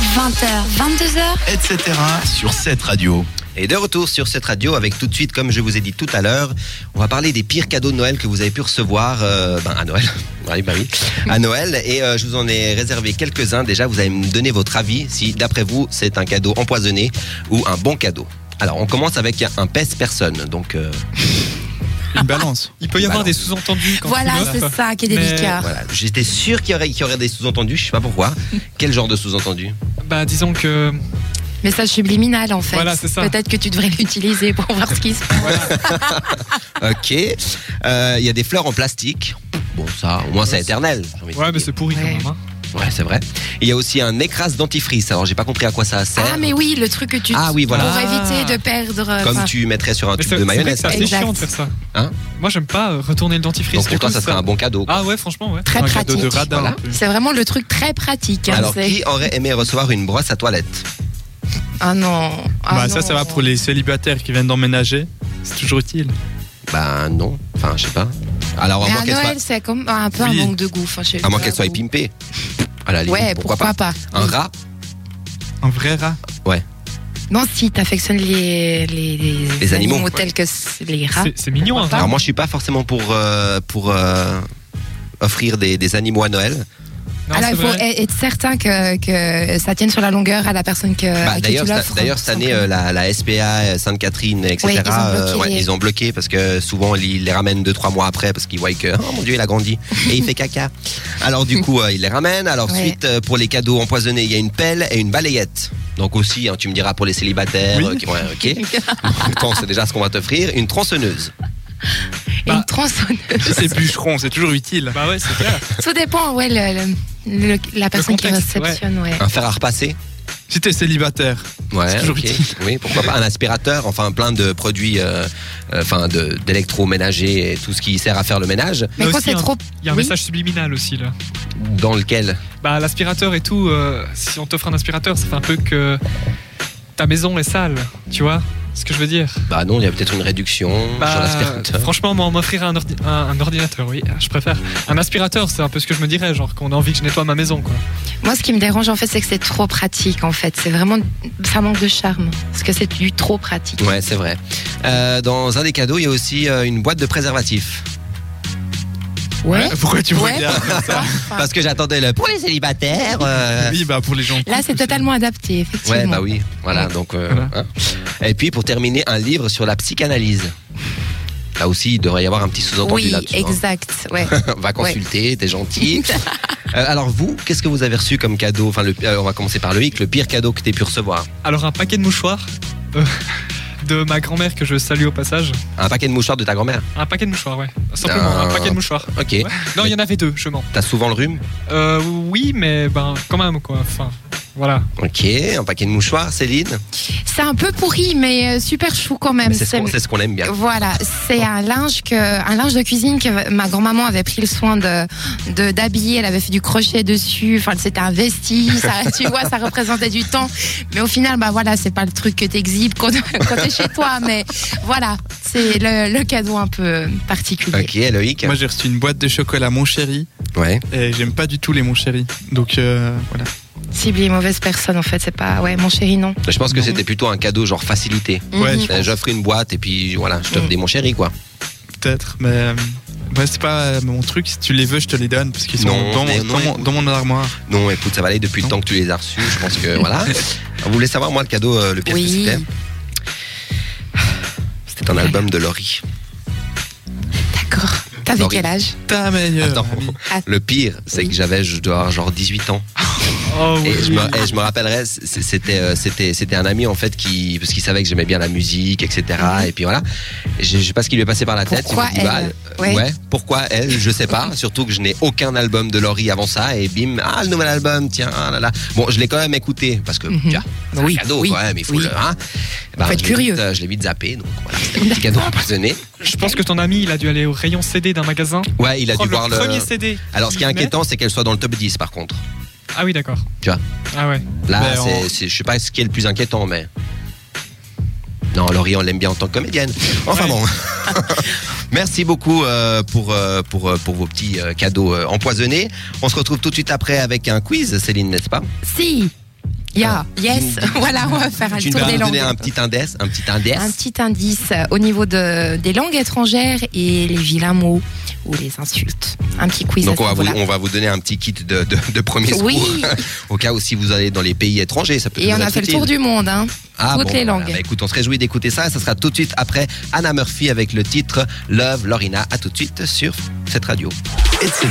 20h, 22h. etc. sur cette radio. Et de retour sur cette radio avec tout de suite, comme je vous ai dit tout à l'heure, on va parler des pires cadeaux de Noël que vous avez pu recevoir euh, ben, à Noël. Oui, bah oui, à Noël. Et euh, je vous en ai réservé quelques-uns déjà. Vous allez me donner votre avis si, d'après vous, c'est un cadeau empoisonné ou un bon cadeau. Alors, on commence avec un pèse-personne. Donc, euh, Une balance. Il peut y avoir des sous-entendus quand Voilà, tu c'est l'offres. ça qui est Mais- délicat. voilà. J'étais sûr qu'il y, aurait- qu'il y aurait des sous-entendus. Je sais pas pourquoi. Quel genre de sous-entendus Bah, disons que. Message subliminal en fait. Voilà, c'est ça. Peut-être que tu devrais l'utiliser pour voir ce qui se passe. Ok. Euh, Il y a des fleurs en plastique. Bon, ça, au moins, c'est éternel. j'ai envie de Ouais, dire. mais c'est pourri quand Ouais. même. hein. Ouais, c'est vrai. Il y a aussi un écrase dentifrice. Alors, j'ai pas compris à quoi ça sert. Ah, mais oui, le truc que tu. Ah oui, voilà. Pour Ah. éviter de perdre. euh, Comme enfin, tu mettrais sur un Mais tube c'est- de c'est vrai que mayonnaise. C'est assez Exact. chiant de faire ça. Hein Moi, j'aime pas euh, retourner le dentifrice. Donc, pour Du toi, coup, ça serait un bon cadeau. quoi. Ah ouais, franchement, ouais. Très un cadeau de pratique. radin. Voilà. un peu. C'est vraiment le truc très pratique. hein, Alors, c'est- qui aurait aimé recevoir une brosse à toilette Ah non. Ah Bah, non. ça, ça va pour les célibataires qui viennent d'emménager. C'est toujours utile. Ben non. Enfin, je sais pas. Alors, à Mais moins à qu'elle soit, Noël, c'est comme un peu Oui. un manque de goût. Enfin, je sais à moins pas, qu'elle soit ou- épimpée. À la limite, Ouais, pourquoi, pas, Un rat Un vrai rat. Non, si t'affectionnes les, les, les, Les animaux, ouais. tels que c- les rats. C'est- C'est mignon, hein. un Pourquoi rat. Alors, moi, je suis pas forcément pour, euh, pour euh, offrir des, des animaux à Noël. Non, Alors, c'est il faut vrai. e- être certain que, que ça tienne sur la longueur à la personne Euh, que, Bah, à qui D'ailleurs, tu ça- l'offres. d'ailleurs, cette année, euh, la, la SPA, euh, Sainte-Catherine, Ouais, etc., ils ont bloqué les- ils ont bloqué parce que souvent, ils les ramènent 2-3 mois après parce qu'ils voient que, oh mon Dieu, il a grandi et il fait caca. Alors, du coup, euh, ils les ramènent. Alors, Ouais. ensuite, euh, pour les cadeaux empoisonnés, il y a une pelle et une balayette. Donc, aussi, hein, tu me diras pour les célibataires, Oui. euh, qui- ouais, ok. Quand c'est déjà ce qu'on va t'offrir, une tronçonneuse. Et une Bah. tronçonneuse. C'est bûcheron, c'est toujours utile. Bah ouais, c'est clair. Tout dépend, ouais, le- le- le- la personne contexte, qui ouais. réceptionne, ouais. Un fer à repasser. Si t'es célibataire, Ouais, C'est toujours ok. utile. Oui, pourquoi pas un aspirateur, enfin plein de produits, euh, euh, enfin de- d'électroménager et tout ce qui sert à faire le ménage, Mais Là quand aussi, c'est hein. trop. il y a un Oui. message subliminal aussi là. dans lequel Bah l'aspirateur et tout, euh, si on t'offre un aspirateur, ça fait un peu que ta maison est sale, tu vois ce que je veux dire. Bah non, il y a peut-être une réduction sur Bah, l'aspirateur. franchement, moi, m'offrir un, ordi- un- un ordinateur, oui, Ah, je préfère. Un aspirateur, c'est un peu ce que je me dirais, genre qu'on a envie que je nettoie ma maison, quoi. Moi, ce qui me dérange, en fait, c'est que c'est trop pratique, en fait. C'est vraiment. Ça manque de charme. Parce que c'est du trop pratique. Ouais, c'est vrai. Euh, dans un des cadeaux, il y a aussi euh, une boîte de préservatifs. Ouais. Euh, Pourquoi tu me Ouais. regardes comme ça Enfin, Parce que j'attendais le pour les célibataires. euh, Ah. Oui, bah pour les gens. Là, c'est totalement adapté, effectivement. Ouais, bah oui, voilà. Donc, euh, Ah. Voilà. hein. et puis pour terminer, un livre sur la psychanalyse. Là aussi, il devrait y avoir un petit sous-entendu Oui, là-dessus. hein. exact. Ouais. va consulter, t'es gentil. Euh, alors vous, qu'est-ce que vous avez reçu comme cadeau Enfin, le, euh, on va commencer par Loïc, le pire cadeau que t'aies pu recevoir. Alors un paquet de mouchoirs euh, de ma grand-mère que je salue au passage. Un paquet de mouchoirs de ta grand-mère. Un paquet de mouchoirs, ouais. Simplement, Ah. un paquet de mouchoirs. Ok. Ouais. Non, il y en avait deux, je mens. T'as souvent le rhume. Euh, oui, mais ben, quand même, quoi. Enfin, voilà. Ok. Un paquet de mouchoirs, Céline. C'est un peu pourri, mais euh, super chou quand Mais même. C'est ce qu'on- c'est ce qu'on aime bien. Voilà, c'est un linge que un linge de cuisine que ma grand-maman avait pris le soin de de- d'habiller. Elle avait fait du crochet dessus. Enfin, c'était un vestige. Ça, tu vois, ça représentait du temps. Mais au final, bah voilà, c'est pas le truc que t'exhibes quand, quand t'es chez toi. Mais voilà, c'est le, le cadeau un peu particulier. Ok, Loïc. Moi j'ai reçu une boîte de chocolat mon chéri Ouais. et j'aime pas du tout les mon chéri. Donc euh, voilà. Ciblé mauvaise personne, en fait, c'est pas. Ouais, mon chéri, non. Je pense que Non. c'était plutôt un cadeau genre facilité. Ouais, Mhm. je- Euh, J'offre une boîte et puis voilà, je t'offre Mm. des mon chéri quoi. peut-être mais euh, ouais, c'est pas euh, mon truc si tu les veux je te les donne parce qu'ils sont Non, dans, mais mon, non, dans, mon, écoute. dans mon armoire. Non, écoute, ça va aller depuis le Non. temps que tu les as reçus. Je pense que voilà. Vous voulez savoir moi le cadeau euh, le pire que Oui. c'était C'était un album de Laurie. D'accord. T'avais Laurie. quel âge Ta meilleure. Attends. amie. Le pire, c'est que j'avais, je dois avoir genre 18 ans. Oh, oui. Et je me, et je me rappellerai, c- c'était, euh, c'était, c'était un ami en fait qui, parce qu'il savait que j'aimais bien la musique, etc. Et puis voilà, je, je sais pas ce qui lui est passé par la tête. Mm-hmm. Pourquoi il m'a dit, elle bah, Ouais. ouais, Pourquoi elle Je sais pas. Surtout que je n'ai aucun album de Laurie avant ça. Et bim, ah le nouvel album, tiens, ah là là. Bon, je l'ai quand même écouté parce que Mhm. tiens, c'est Oui, un cadeau oui, quand même. Il faut oui. le. hein. Ben, Faut être je l'ai curieux. vite, euh, je l'ai vite zappé, donc voilà, c'était un petit cadeau empoisonné. Je pense que ton ami, il a dû aller au rayon CD d'un magasin. Ouais, il a dû voir prendre le le. premier CD. Alors, ce qui est qu'il met. inquiétant, c'est qu'elle soit dans le top 10 par contre. Ah oui, d'accord. Tu vois. Ah ouais. Là, Mais c'est, on- c'est- je sais pas ce qui est le plus inquiétant, mais. Non, Laurie, on l'aime bien en tant que comédienne. Enfin Ouais. bon. Merci beaucoup euh, pour, euh, pour, euh, pour vos petits euh, cadeaux euh, empoisonnés. On se retrouve tout de suite après avec un quiz, Céline, n'est-ce pas Si. Yeah, yes, voilà, on va faire un Tu tour vas des nous langues. donner un petit indice, un petit indice. Un petit indice euh, au niveau de, des langues étrangères et les vilains mots ou les insultes. Un petit quiz. Donc on va, à ce vous, niveau-là. on va vous donner un petit kit de, de, de premier secours. Oui, Au cas où si vous allez dans les pays étrangers, ça peut et nous on a être fait le utile. tour du monde. Hein. Ah, toutes les bah langues. voilà. Bah, écoute, on se réjouit d'écouter ça. Et ça sera tout de suite après Anna Murphy avec le titre Love Lorina. À tout de suite sur cette radio. etc.